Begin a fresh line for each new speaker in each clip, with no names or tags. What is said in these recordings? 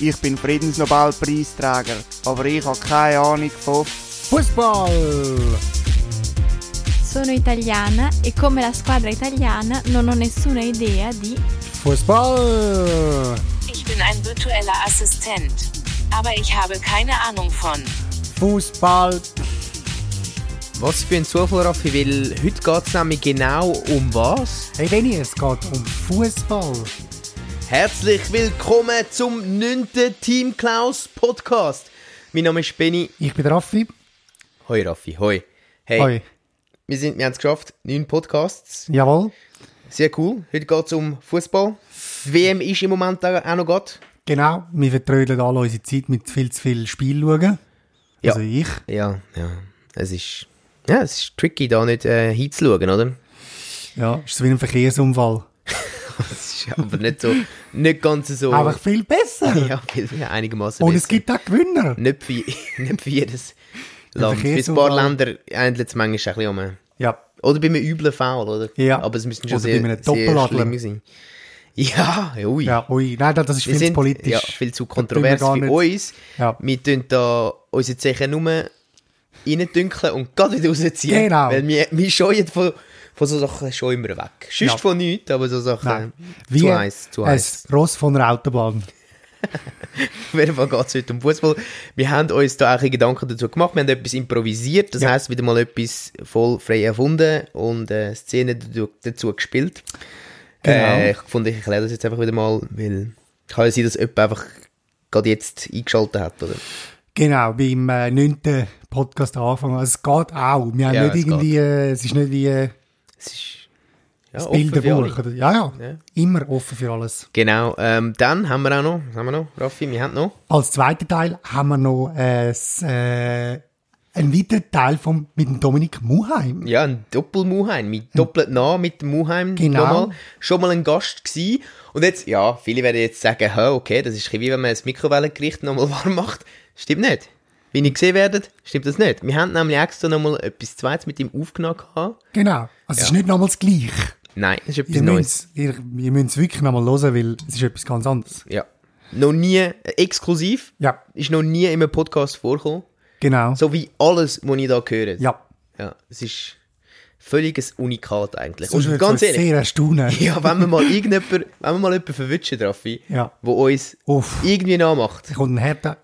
Ich bin Friedensnobelpreisträger, aber ich habe keine Ahnung von
Fußball!
Sono italiana e come la squadra italiana non ho nessuna idea di...
Fußball!
Ich bin ein virtueller Assistent. Aber ich habe keine Ahnung von.
Fußball!
Was für ein Zufall, Raffi, weil heute geht es nämlich genau um was?
Hey Benny, es geht um Fußball.
Herzlich willkommen zum 9. Team Klaus Podcast. Mein Name ist Benny.
Ich bin Raffi.
Hoi Raffi, hoi. Hey,
Hoi.
wir, sind- wir haben es geschafft, neun Podcasts.
Jawohl.
Sehr cool. Heute geht es um Fußball. Die WM ist im Moment da auch noch gerade.
Genau, wir vertrödeln alle unsere Zeit mit viel zu viel Spiel schauen.
Ja.
Also ich.
Ja, ja. Es ist, ja, es ist tricky, da nicht äh, hinzuschauen, oder?
Ja, ist so wie ein Verkehrsunfall.
Es ist aber nicht so, nicht ganz so.
Aber viel besser.
Oh. ja, viel- ja, einigermaßen.
Und
besser.
es gibt auch Gewinner.
nicht für, nicht für jedes Land. Für ein paar
Verkehrsunfall.
Länder ändert es manchmal ein bisschen um.
Ja,
Oder bei einem üblen Foul, oder?
Ja.
Aber es müssen schon
Oder
sehr,
bei einem
sehr
Doppeladler.
schlimme sein. Ja, ui.
ja, ui. Nein, das ist
Wir
viel zu
sind
politisch.
Ja, viel zu
Da tun wir
kontrovers
gar
für
nicht-
uns.
Ja.
Wir tun da unsere Zechen nur reindünkeln und gerade wieder rausziehen.
Genau.
Weil wir, wir scheuen von, von so Sachen schon immer weg. Sonst
Ja.
von nichts, aber so
Nein.
Sachen...
Wie
zu heiß, zu heiß.
ein Ross von einer Autobahn.
Auf jeden Fall geht es heute um Fußball. Wir haben uns da auch ein bisschen Gedanken dazu gemacht. Wir haben etwas improvisiert, das
Ja.
heisst wieder mal etwas voll frei erfunden und äh, Szenen dazu, dazu gespielt.
Genau.
Äh, ich fand, ich erkläre das jetzt einfach wieder mal, weil kann ja sein, dass jemand einfach gerade jetzt eingeschaltet hat, oder?
Genau, beim äh, 9. Podcast anfangen. Also es geht auch. Wir haben
Ja,
nicht
es
irgendwie, äh, es ist nicht wie äh,
Es ist ja,
das
offen für
Bilderbuch.
alle.
Oder, ja, ja,
Ja.
Immer offen für alles.
Genau, ähm, dann haben wir auch noch, haben wir noch, Raffi, wir haben noch.
Als zweiten Teil haben wir noch äh, s- äh, einen weiteren Teil vom, mit dem Dominik Muheim.
Ja, ein Doppel-Muheim. Mit doppelt nah mit dem Muheim.
Hm. Genau.
Nochmal. Schon mal ein Gast gsi Und jetzt, ja, viele werden jetzt sagen, hä, okay, das ist ein bisschen wie wenn man das Mikrowellengericht nochmal warm macht. Stimmt nicht. Wie ihr gesehen werdet, stimmt das nicht. Wir haben nämlich extra nochmal etwas Zweites mit ihm aufgenommen. gehabt.
Genau. Also es ist nicht nochmals gleich.
Nein, das ist etwas
Ihr
Neues.
müsst, ihr, ihr müsst wirklich nochmal hören, weil es ist etwas ganz anderes.
Ja. Noch nie, äh, exklusiv,
Ja,
ist noch nie in einem Podcast vorgekommen.
genau.
So wie alles, was ihr da hört.
Ja.
Ja, es ist völliges Unikat eigentlich.
Sonst
Und
würde
ganz
ich
ehrlich,
sehr erstaunen.
Ja, wenn wir mal irgendjemand, wenn wir mal jemanden verwünschen, Raffi,
Ja.
wo uns
Uff.
irgendwie nachmacht.
Da kommt ein harter,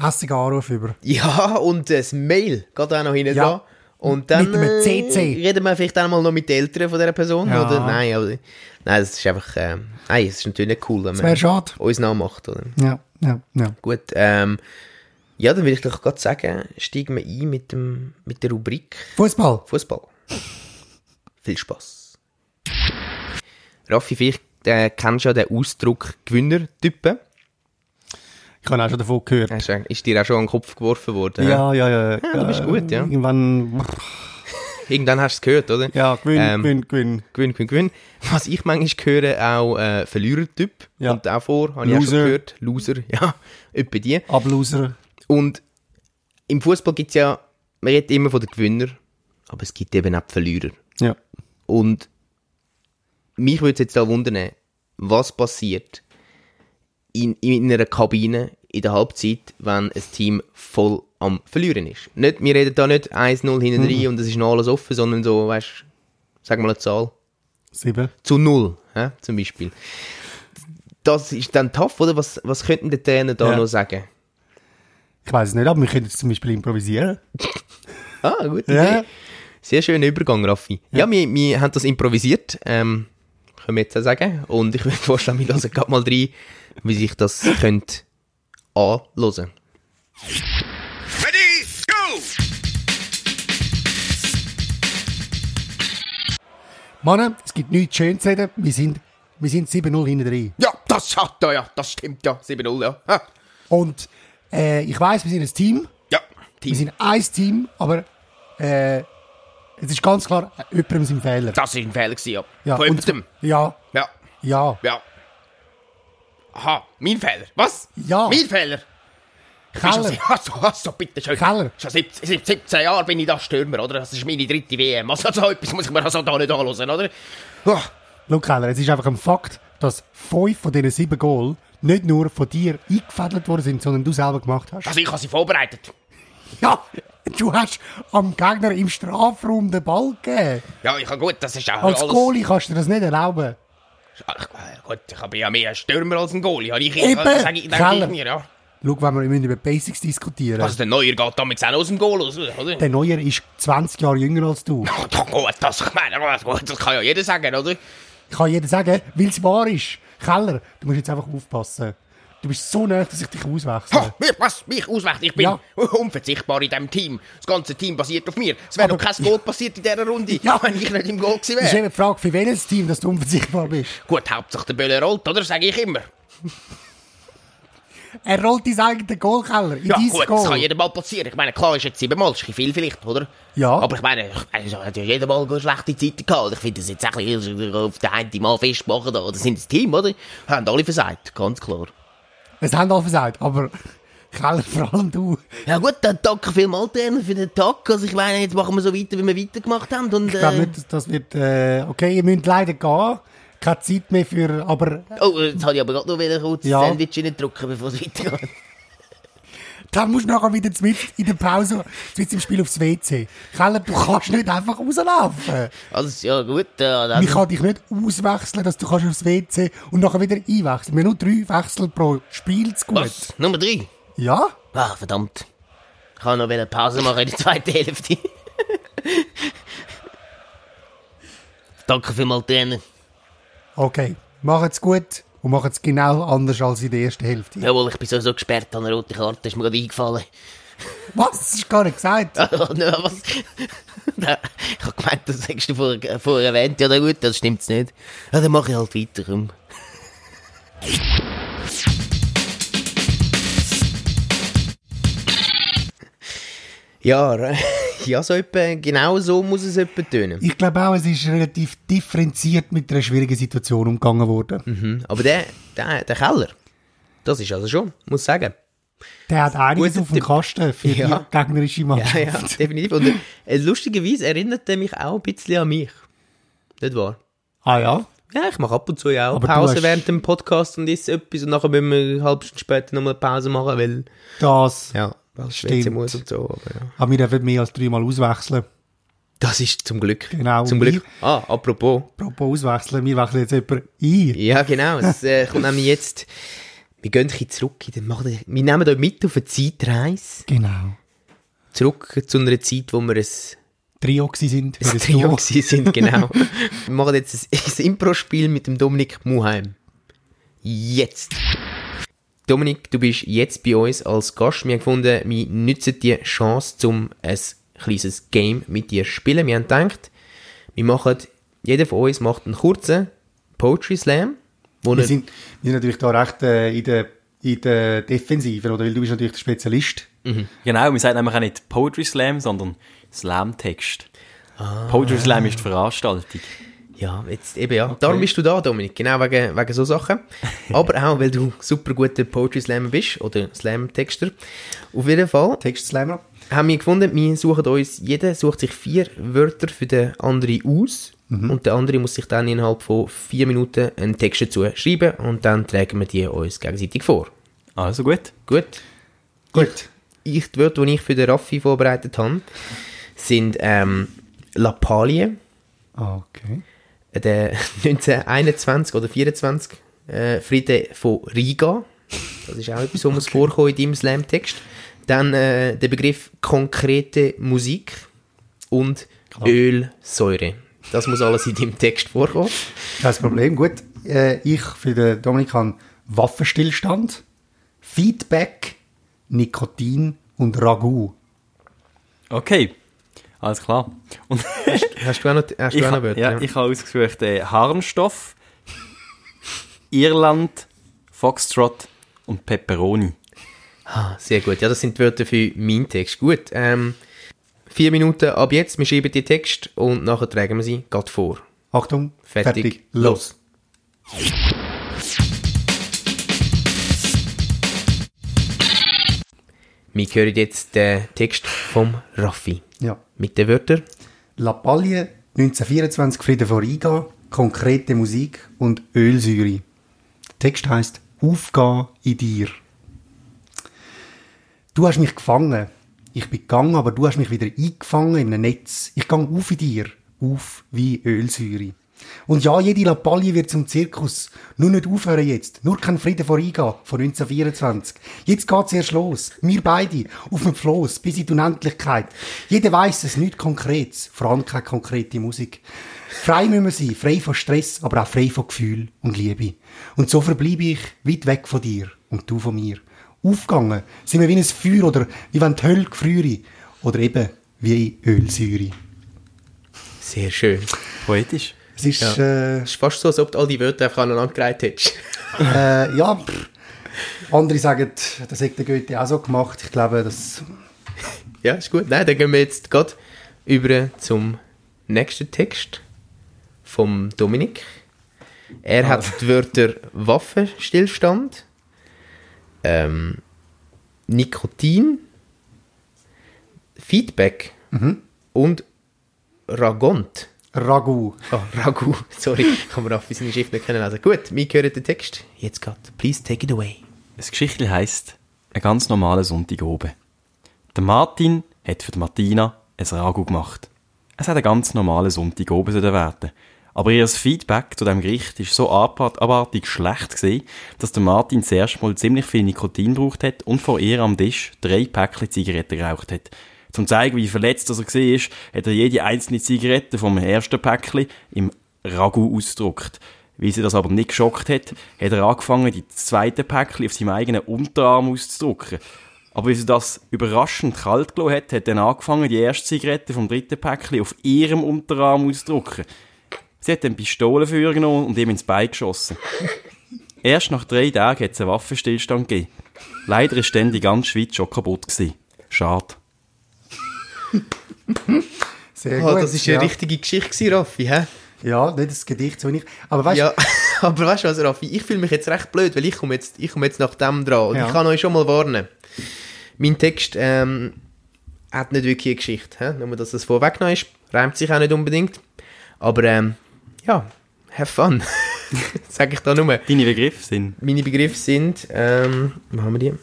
hässiger Anruf über.
Ja, und das Mail geht auch noch hinten
Ja.
dran. Und dann
Mit einem
äh,
CC.
reden wir vielleicht auch mal noch mit den Eltern von dieser Person,
Ja.
oder? Nein, aber, nein, das ist einfach, ähm, nein, es ist natürlich nicht cool, wenn
Das wäre
man
schade.
uns nachmacht, oder?
Ja, ja, ja.
Gut, ähm, ja, dann würde ich doch gerade sagen, steigen wir ein mit, dem, mit der Rubrik
Fußball.
Fußball. Viel Spaß. Raffi, vielleicht äh, kennst du ja den Ausdruck Gewinnertypen.
Ich habe auch schon davon gehört.
Hast du- Ist dir auch schon an den Kopf geworfen worden? hä?
Ja, ja, ja.
Ja, du bist gut, ja.
Irgendwann,
Irgendwann hast du es gehört, oder?
ja, gewinn,
Ähm,
gewinn, gewinn.
Gewinn, gewinn, gewinn. Was ich manchmal höre, auch äh, Verlierertyp.
Ja.
Und auch vor, habe ich auch schon
Loser.
gehört. Loser, ja. Etwa die.
Abloser.
Und im Fußball gibt es ja, man redet immer von den Gewinner, aber es gibt eben auch die Verlierer.
Ja.
Und mich würde jetzt da wundern, was passiert in, in einer Kabine in der Halbzeit, wenn ein Team voll am Verlieren ist. Nicht, wir reden da nicht 1-0 hinten rein und es ist noch alles offen, sondern so, weißt sag mal eine Zahl.
Sieben.
Zu null, hä, zum Beispiel. Das ist dann tough, oder? Was, was könnten die Trainer da
Ja.
noch sagen?
Ich weiß es nicht, aber wir können jetzt zum Beispiel improvisieren.
Ah, gute
Ja.
Idee. Sehr schöner Übergang, Raffi. Ja, wir, wir haben das improvisiert, ähm, können wir jetzt auch sagen. Und ich würde vorschlagen, wir hören gerade mal rein, wie sich das könnte anhören.
Ready, go!
Mann, es gibt nichts schön zu reden. Wir sind, wir sind 7-0 hinten drin.
Ja, das hat er, ja, das stimmt, ja. 7-0, ja.
Und äh, ich weiß, wir sind ein Team.
Ja,
Wir sind ein Team, aber äh, es ist ganz klar, äh, jemandem sind Fehler.
das war ein Fehler, gewesen, ja. Von
und,
jemandem.
ja,
Ja,
ja.
ja. Aha, mein Fehler. Was?
Ja.
Mein Fehler.
Keller.
Ist das- Also, also, bitte schön.
Keller.
Schon seit, seit 17 Jahren bin ich da Stürmer, oder? Das ist meine dritte WM. Also, so etwas muss ich mir also da nicht anhören, oder? Ah,
Schau, Keller, es ist einfach ein Fakt. dass fünf von diesen sieben Goal nicht nur von dir eingefädelt worden sind, sondern du selber gemacht hast?
Also ich habe sie vorbereitet.
Ja, du hast am Gegner im Strafraum den Ball gegeben.
Ja, ich habe gut, das ist auch
Als
alles...
Goalie kannst du dir das nicht erlauben.
Ach, gut, ich bin ja mehr ein Stürmer als ein Goalie. habe Ich,
Eben,
das sage ich, denke ich
Keller.
mir, ja.
Schau, wenn wir müssen über Basics diskutieren.
Also der Neuer geht damit auch aus dem Goal aus, oder?
der Neuer ist 20 Jahre jünger als du.
Ja, gut, das, ich meine, gut, gut, das kann ja jeder sagen, oder?
Ich kann jedem sagen, weil es wahr ist. Keller, du musst jetzt einfach aufpassen. Du bist so nah, dass ich dich auswechsle.
Ha, mich, was? Mich auswählt. Ich bin
Ja.
unverzichtbar in diesem Team. Das ganze Team basiert auf mir. Es wäre
Aber-
noch kein Goal passiert in dieser Runde,
Ja.
wenn ich nicht im Goal gewesen
Das ist
wäre.
eben die Frage, für welches Team dass du unverzichtbar bist.
Gut, hauptsächlich der Böller rollt, oder? Sage ich immer.
Er rollt dein eigenen Goalkeller. In
Ja,
dein
gut, das
Goal.
kann jeder Mal passieren. Ich meine, klar ist jetzt siebenmal, ist ein bisschen viel vielleicht, oder?
Ja.
Aber ich meine, ich meine, so hat ja jeder Mal eine schlechte Zeiten gehabt. Ich finde das jetzt ein bisschen auf den einen Mal festmachen da. Das sind das Team, oder? Haben alle versagt, ganz klar.
Das haben alle versagt, aber Keller, vor allem du.
Ja gut, dann danke vielmals Daniel, für den Tag. Also ich meine, jetzt machen wir so weiter, wie wir weitergemacht haben. Und,
Ich glaube
äh,
nicht, dass das wird... Äh, okay, ihr müsst leider gehen. Keine Zeit mehr für... Aber
Oh, jetzt habe ich aber gerade noch wieder kurz
Ja.
das Sandwich reindrücken, bevor es weitergeht.
dann musst du nachher wieder mit in der Pause mit im Spiel aufs WC. Keller, du kannst nicht einfach rauslaufen.
Also ja gut, äh,
Ich
dann...
kann dich nicht auswechseln, dass du kannst aufs WC und nachher wieder einwechseln. Wir haben nur drei Wechsel pro Spiel zu gut.
Was? Nummer drei?
Ja?
Ah, verdammt. Ich kann noch eine Pause machen in der zweiten Hälfte. Danke vielmals Daniel.
Okay. Macht's gut und macht's genau anders als in der ersten Hälfte.
Jawohl, ich bin sowieso gesperrt an eine rote Karte, ist mir gerade eingefallen.
Was? Das ist gar nicht gesagt.
Oh, ne, was? Nein, ich habe gemeint, das hättest du vorher, vorher erwähnt. Ja, na gut, das stimmt's nicht. Ja, dann mache ich halt weiter. Komm. Ja, re- ja, so etwa, genau so muss es etwa tönen.
Ich glaube auch, es ist relativ differenziert mit einer schwierigen Situation umgegangen worden.
Mhm. Aber der, der, der Keller, das ist also schon, muss ich sagen.
Der hat einiges
Guter
auf dem
Tipp.
Kasten für
Ja.
die gegnerische Mannschaft.
Ja, ja, definitiv. Und äh, lustigerweise erinnert er mich auch ein bisschen an mich. Nicht wahr?
Ah ja?
Ja, ich mache ab und zu ja auch
Aber du
Pause
hast-
während dem Podcast und isst etwas und nachher müssen wir eine halbe Stunde später nochmal Pause machen, weil
Das.
ja, weil ich
Stimmt.
WC muss und so. Aber ja.
Aber wir dürfen mehr als dreimal auswechseln.
Das ist zum Glück.
Genau.
Zum
Und
Glück. Ah, apropos.
Apropos auswechseln, wir wechseln jetzt jemanden ein.
Ja, genau. Es äh, kommt nämlich jetzt. Wir gehen ein bisschen zurück. in den- machen wir- Wir nehmen euch mit auf eine Zeitreise.
Genau.
Zurück zu einer Zeit, wo wir ein
Trio gsi sind.
ein
wir
Trio
Duo.
gewesen sind, genau. wir machen jetzt ein, ein Impro-Spiel mit dem Dominik Muheim. Jetzt. Dominik, du bist jetzt bei uns als Gast. Wir haben gefunden, wir nutzen die Chance, um ein kleines Game mit dir zu spielen. Wir haben gedacht, wir machen, jeder von uns macht einen kurzen Poetry Slam. Wo
Wir
er-
sind, wir sind natürlich da recht äh, in, der, in der Defensive, oder? Weil du bist natürlich der Spezialist.
Genau, man sagt nämlich auch nicht Poetry Slam, sondern Slamtext. Poetry Slam ist die Veranstaltung.
Ja, jetzt eben ja. Darum bist du da, Dominik. Genau wegen, wegen so Sachen. Aber auch, weil du super guter Poetry Slammer bist oder Slam-Texter. Auf jeden Fall.
Textslammer.
haben wir gefunden, wir suchen uns, jeder sucht sich vier Wörter für den anderen aus und der andere muss sich dann innerhalb von vier Minuten einen Text dazu schreiben und dann tragen wir die uns gegenseitig vor.
Also gut.
Gut?
Gut.
Ich, die Wörter, die ich für den Raffi vorbereitet habe, sind ähm, Lappalie,
Okay.
der 1921 oder 24 äh, Friede von Riga. Das ist auch etwas, was muss vorkommen in deinem Slam-Text. Dann äh, der Begriff konkrete Musik und
Genau.
Ölsäure. Das muss alles in deinem Text vorkommen.
Kein Problem. Gut. Äh, ich für den Dominik habe Waffenstillstand, Feedback, Nikotin und Ragout.
Okay. Alles klar. Und
Hast du auch noch, hast
ich,
du auch noch
ha-
Wörter?
ja, ich habe ausgesucht äh, Harnstoff, Irland, Foxtrot und Pepperoni.
Ah, Sehr gut. Ja, das sind die Wörter für meinen Text. Gut. Ähm, vier Minuten ab jetzt. Wir schreiben die Text und nachher tragen wir sie gerade vor.
Achtung.
Fertig, los. Wir hören jetzt den Text vom Raffi.
Ja.
Mit den Wörtern.
Lappalie, 1924 Frieden von Riga, konkrete Musik und Ölsäure. Der Text heißt Aufgehen in dir. Du hast mich gefangen. Ich bin gegangen, aber du hast mich wieder eingefangen in ein Netz. Ich gang auf in dir. Auf wie Ölsäure. Und ja, jede Lappalie wird zum Zirkus. Nur nicht aufhören jetzt. Nur kein Frieden vor Iga von 1924. Jetzt geht's erst los. Wir beide. Auf dem Floss. Bis in die Unendlichkeit. Jeder weiß es. Nichts Konkretes. Vor allem keine konkrete Musik. Frei müssen wir sein. Frei von Stress, aber auch frei von Gefühl und Liebe. Und so verbleibe ich weit weg von dir. Und du von mir aufgegangen. Sind wir wie ein Feuer oder wie wenn die Hölle gefriere. Oder eben wie Ölsäure.
Sehr schön.
Poetisch.
Es ist,
Ja.
äh,
Es ist fast so, als ob du all die Wörter einfach aneinander gereiht hättest.
äh, ja, pff. andere sagen, das hat der Goethe auch so gemacht. Ich glaube, das
ja, ist gut. Nein, dann gehen wir jetzt gerade über zum nächsten Text vom Dominik. Er
Ah.
hat die Wörter Waffenstillstand, ähm, Nikotin, Feedback
Mhm.
und Ragont.
Ragout.
Oh, Ragu, sorry, ich kann mir auf seine Schrift nicht lesen. Gut, wir hören den Text. Jetzt geht. Please take it away.
Das Geschichtli heisst «Ein ganz normaler Sonntag oben». Der Martin hat für die Martina ein Ragu gemacht. Es hat ein ganz normaler Sonntag oben sollen werden. Aber ihr Feedback zu dem Gericht ist so abart- abartig schlecht gewesen, dass der Martin zuerst mal ziemlich viel Nikotin gebraucht hat und vor ihr am Tisch drei Päckchen Zigaretten geraucht hat. Zum zeigen, wie verletzt dass er war, hat er jede einzelne Zigarette vom ersten Päckchen im Ragu ausgedruckt. Wie sie das aber nicht geschockt hat, hat er angefangen, die zweite Päckchen auf seinem eigenen Unterarm auszudrucken. Aber wie sie das überraschend kalt gelassen hat, hat er dann angefangen, die erste Zigarette vom dritten Päckchen auf ihrem Unterarm auszudrucken. Sie hat dann Pistolen für ihn genommen und ihm ins Bein geschossen. Erst nach drei Tagen hat es einen Waffenstillstand gegeben. Leider ist dann die ganze Schweiz schon kaputt gewesen. Schade.
Sehr
Ah,
gut.
das ist
ja.
eine richtige Geschichte, gewesen, Raffi, hä?
Ja, nicht das Gedicht, so wie ich. Aber weißt du,
Ja, aber weißt du was, Raffi? Ich fühle mich jetzt recht blöd, weil ich komme jetzt, ich komme jetzt nach dem dran. Und
Ja.
ich kann euch schon mal warnen. Mein Text ähm, hat nicht wirklich eine Geschichte. He? Nur, dass das vorweggenommen ist. Reimt sich auch nicht unbedingt. Aber ähm, ja, have fun. Sag ich da nur.
Deine Begriffe sind
Meine Begriffe sind. Ähm, wo haben wir die?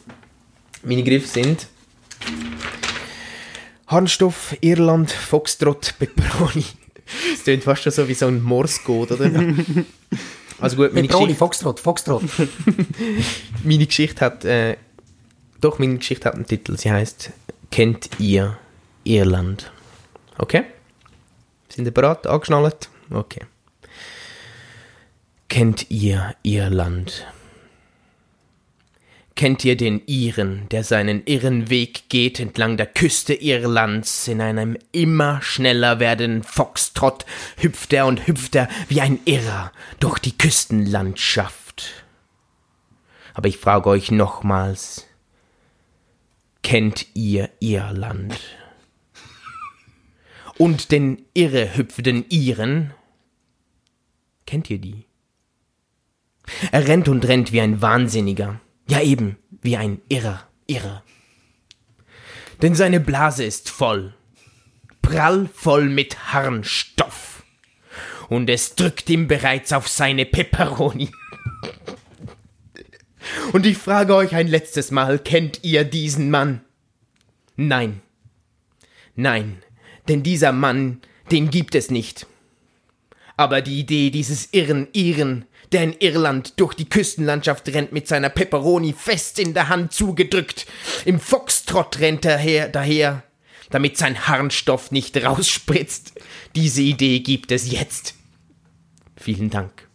Meine Begriffe sind. Harnstoff, Irland, Foxtrot, Pepperoni. Das klingt fast schon so wie so ein Morsecode, oder? Also gut, meine
Petroni,
Geschichte,
Foxtrot, Foxtrot.
meine Geschichte hat. Äh, doch, meine Geschichte hat einen Titel. Sie heißt Kennt ihr Irland? Okay? Sind ihr bereit? Angeschnallt? Okay. Kennt ihr Irland? Kennt ihr den Iren, der seinen irren Weg geht entlang der Küste Irlands? In einem immer schneller werdenden Foxtrott hüpft er und hüpft er wie ein Irrer durch die Küstenlandschaft. Aber ich frage euch nochmals, kennt ihr Irland? Und den irre hüpfenden Iren? Kennt ihr die? Er rennt und rennt wie ein Wahnsinniger. Ja eben, wie ein Irrer, Irrer. Denn seine Blase ist voll. Prall voll mit Harnstoff. Und es drückt ihm bereits auf seine Peperoni. Und ich frage euch ein letztes Mal, kennt ihr diesen Mann? Nein. Nein, denn dieser Mann, den gibt es nicht. Aber die Idee dieses irren Iren, der in Irland durch die Küstenlandschaft rennt mit seiner Pepperoni fest in der Hand zugedrückt, im Foxtrott rennt er her, daher, damit sein Harnstoff nicht rausspritzt, diese Idee gibt es jetzt. Vielen Dank.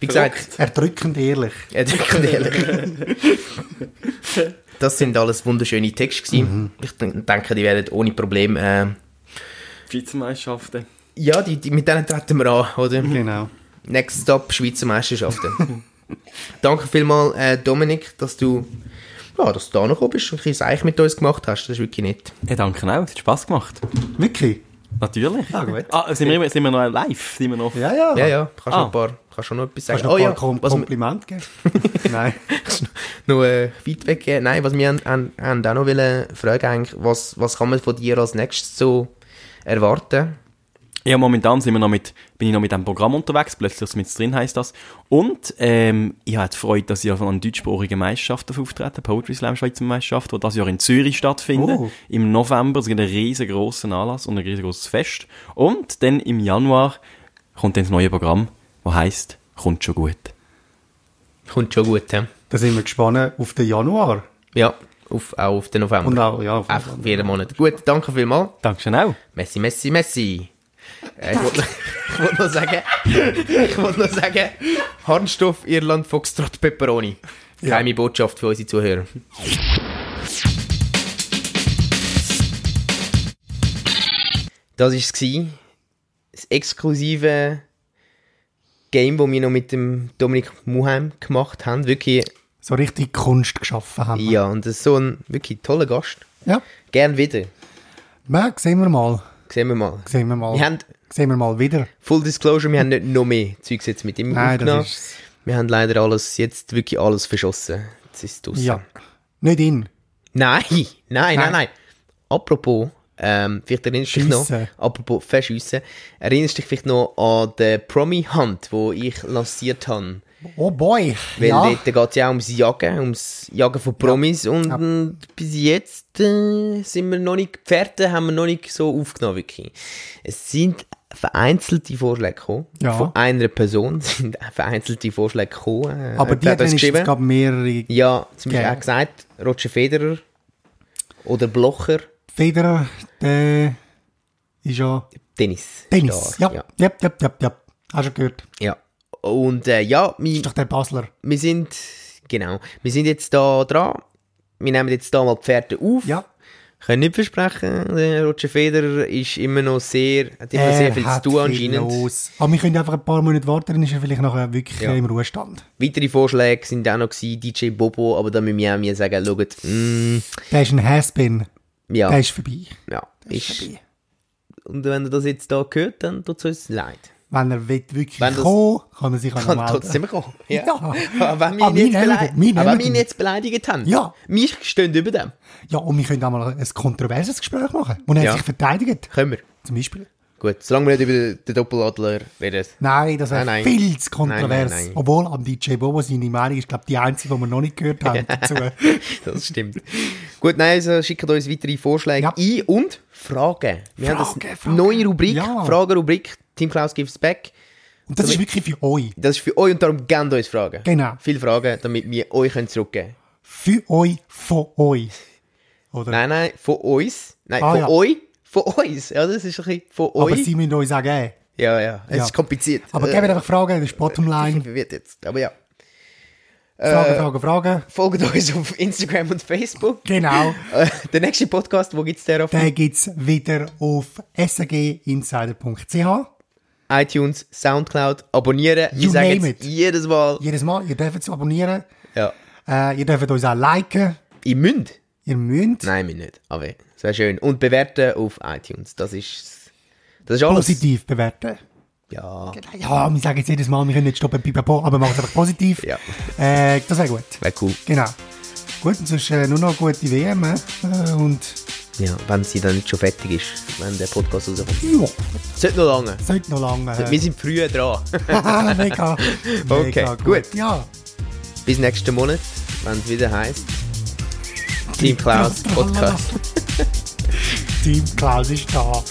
Wie gesagt,
Erdrückend ehrlich.
Erdrückend ehrlich. Das sind alles wunderschöne Texte gewesen.
Mhm.
Ich den- denke, die werden ohne Probleme... ähm,
Schweizer Meisterschaften.
ja, die, die, mit denen treten wir an, oder?
Genau.
Next Stop, Schweizer Meisterschaften. Danke vielmals, äh, Dominik, dass du, ja, dass du da noch bist und ein bisschen Seich mit uns gemacht hast. Das ist wirklich nett.
Ja, danke auch. Es hat Spass gemacht.
Wirklich?
Natürlich.
Ah, gut.
Ah, sind wir, immer- sind wir noch live? Sind wir noch...
Ja, ja.
Ja, ja, kannst
Ah.
noch ein paar, kannst schon noch etwas sagen.
Kannst du noch
Oh
ein paar
ja,
Kom
was,
Komplimente geben? Nein.
noch äh, Feedback geben. Nein, was wir haben, haben, haben auch noch wollen fragen, eigentlich, was, was kann man von dir als nächstes so erwarten?
Ja, momentan sind wir noch mit, bin ich noch mit dem Programm unterwegs, plötzlich mit drin heißt das. Und ähm, ich hatte die Freude, dass ich auf einer deutschsprachigen Meisterschaft darf auftreten Poetry Slam Schweizer Meisterschaft, die das Jahr in Zürich stattfindet.
Oh.
Im November, es gibt einen riesengroßen Anlass und ein riesengroßes Fest. Und dann im Januar kommt dann das neue Programm, das heisst «Kommt schon gut».
Kommt schon gut, hä?
Da sind wir gespannt auf den Januar.
Ja, auf, auch auf den November.
Und auch, ja, auf den
Einfach jeden Monat. Gut, danke vielmals.
Dankeschön auch.
Messi, Messi, Messi. Äh, ich wollte ich wollte noch sagen, ich wollte noch sagen, Harnstoff, Irland, Foxtrot, Pepperoni. Geheime Botschaft für unsere Zuhörer. Das war es. Das exklusive Game, das wir noch mit dem Dominik Muheim gemacht haben. Wirklich,
So richtig Kunst geschaffen haben.
ja, und das ist so ein wirklich toller Gast.
Ja.
Gern wieder.
Na, sehen wir mal.
Sehen wir mal.
Sehen wir mal.
Wir haben
sehen wir mal wieder.
Full Disclosure, wir haben nicht noch mehr Zeugs jetzt mit ihm
Nein, das
aufgenommen.
ist-
Wir haben leider alles, jetzt wirklich alles verschossen. Jetzt ist es draussen.
Ja. Nicht ihn.
Nein, nein, nein, nein,
Nein.
Apropos, ähm, vielleicht erinnerst du dich noch,
Schiessen.
apropos verschiessen, erinnerst du dich vielleicht noch an den Promi-Hunt, wo ich lanciert habe?
Oh boy.
Weil
ja.
dort geht es ja auch ums Jagen, ums Jagen von Promis und äh, bis jetzt äh, sind wir noch nicht, die Pferde haben wir noch nicht so aufgenommen wirklich. Es sind vereinzelte Vorschläge gekommen.
Ja.
Von einer Person sind vereinzelte Vorschläge gekommen. Äh,
Aber die
jemand
hat
es
wenigstens gab mehrere.
Ja, zum Beispiel
Gell.
auch gesagt, Roger Federer oder Blocher,
Federer, der ist ja
Tennis.
Tennis.
Star,
Ja, ja, ja, ja, ja. Hast du gehört?
ja. Und äh, ja, mein,
Ist doch der Basler.
wir sind, genau, wir sind jetzt da dran. Wir nehmen jetzt da mal die Pferde auf.
Ja.
Können nicht versprechen, der Roger Federer ist immer noch sehr, hat immer noch sehr viel zu
hat
tun anscheinend.
Eh, los. Oh, Aber wir können einfach ein paar Monate warten, dann ist er vielleicht nachher wirklich
Ja.
äh, im Ruhestand.
Weitere Vorschläge sind auch noch gewesen, DJ Bobo, aber da müssen wir auch mir sagen, schaut, mm,
Der ist ein Has-Been.
ja,
Der ist vorbei.
ja, ist, und wenn ihr das jetzt da hört, dann tut es uns leid.
Wenn er will, wirklich
Wenn das-
kommen kann er sich auch noch
Kann
melden.
trotzdem kommen. Ja.
Ja.
Aber wenn wir
Ah,
ihn
wir
jetzt,
nehmen
belei
ihn, wir
aber
nehmen
wenn wir ihn
ihn.
jetzt beleidigt haben,
Ja.
wir stehen über dem.
Ja, und wir können auch mal ein kontroverses Gespräch machen, wo er
Ja.
sich verteidigt.
Können wir.
Zum Beispiel.
Gut, solange wir nicht über den- den Doppeladler reden.
Nein, das wäre
Nein, nein.
viel zu
Nein,
kontrovers.
nein, nein.
Obwohl am DJ Bobo seine Meinung ist, glaube ich, die einzige, die wir noch nicht gehört haben. dazu.
Das stimmt. Gut, nein, also schickt uns weitere Vorschläge
Ja.
ein und Fragen. Wir haben
Fragen,
eine
Fragen.
neue Rubrik,
Ja.
Fragenrubrik, Team Klaus gives back.
Und das ist wirklich für euch.
Das ist für euch und darum gebt uns Fragen.
Genau.
Viele Fragen, damit wir euch können zurückgeben
Für euch, von euch. Oder?
Nein, nein, von uns. Nein,
Ah,
von
ja.
euch. Von uns. Ja, das ist ein bisschen von
Aber
euch.
sie müssen euch sagen,
Ja, ja, es
Ja.
ist kompliziert.
aber
Äh,
gebt einfach Fragen, das ist Bottomline.
wird jetzt, aber ja. Äh.
Fragen, Fragen, Fragen.
Folgt uns auf Instagram und Facebook.
Genau.
Äh, der nächste Podcast, wo gibt's den auf?
Den gibt es wieder auf srginsider.ch.
iTunes, Soundcloud, abonnieren.
You
ich sage
name
jetzt
it.
jedes Mal.
Jedes Mal, ihr dürft es abonnieren.
Ja.
Äh, ihr dürft uns auch liken.
Ihr müsst.
Ihr müsst.
Nein, wir nicht. Aber es wäre schön. Und bewerten auf iTunes. Das ist, das ist alles.
Positiv bewerten.
Ja,
Ja, wir sagen jetzt jedes Mal, wir können nicht stoppen, pipapo, aber machen es einfach positiv.
Ja.
Äh, das wäre gut.
wäre cool.
Genau. Gut, und sonst äh, nur noch gute WM. hä? Äh, und
Ja, wenn sie dann nicht schon fertig ist, wenn der Podcast rauskommt.
ja,
Sollte noch lange.
sollte noch lange.
Wir
Äh,
sind früh dran.
mega, mega
Okay, gut.
Ja,
Bis nächsten Monat, wenn es wieder heißt Team Klaus Podcast.
Team Klaus ist da.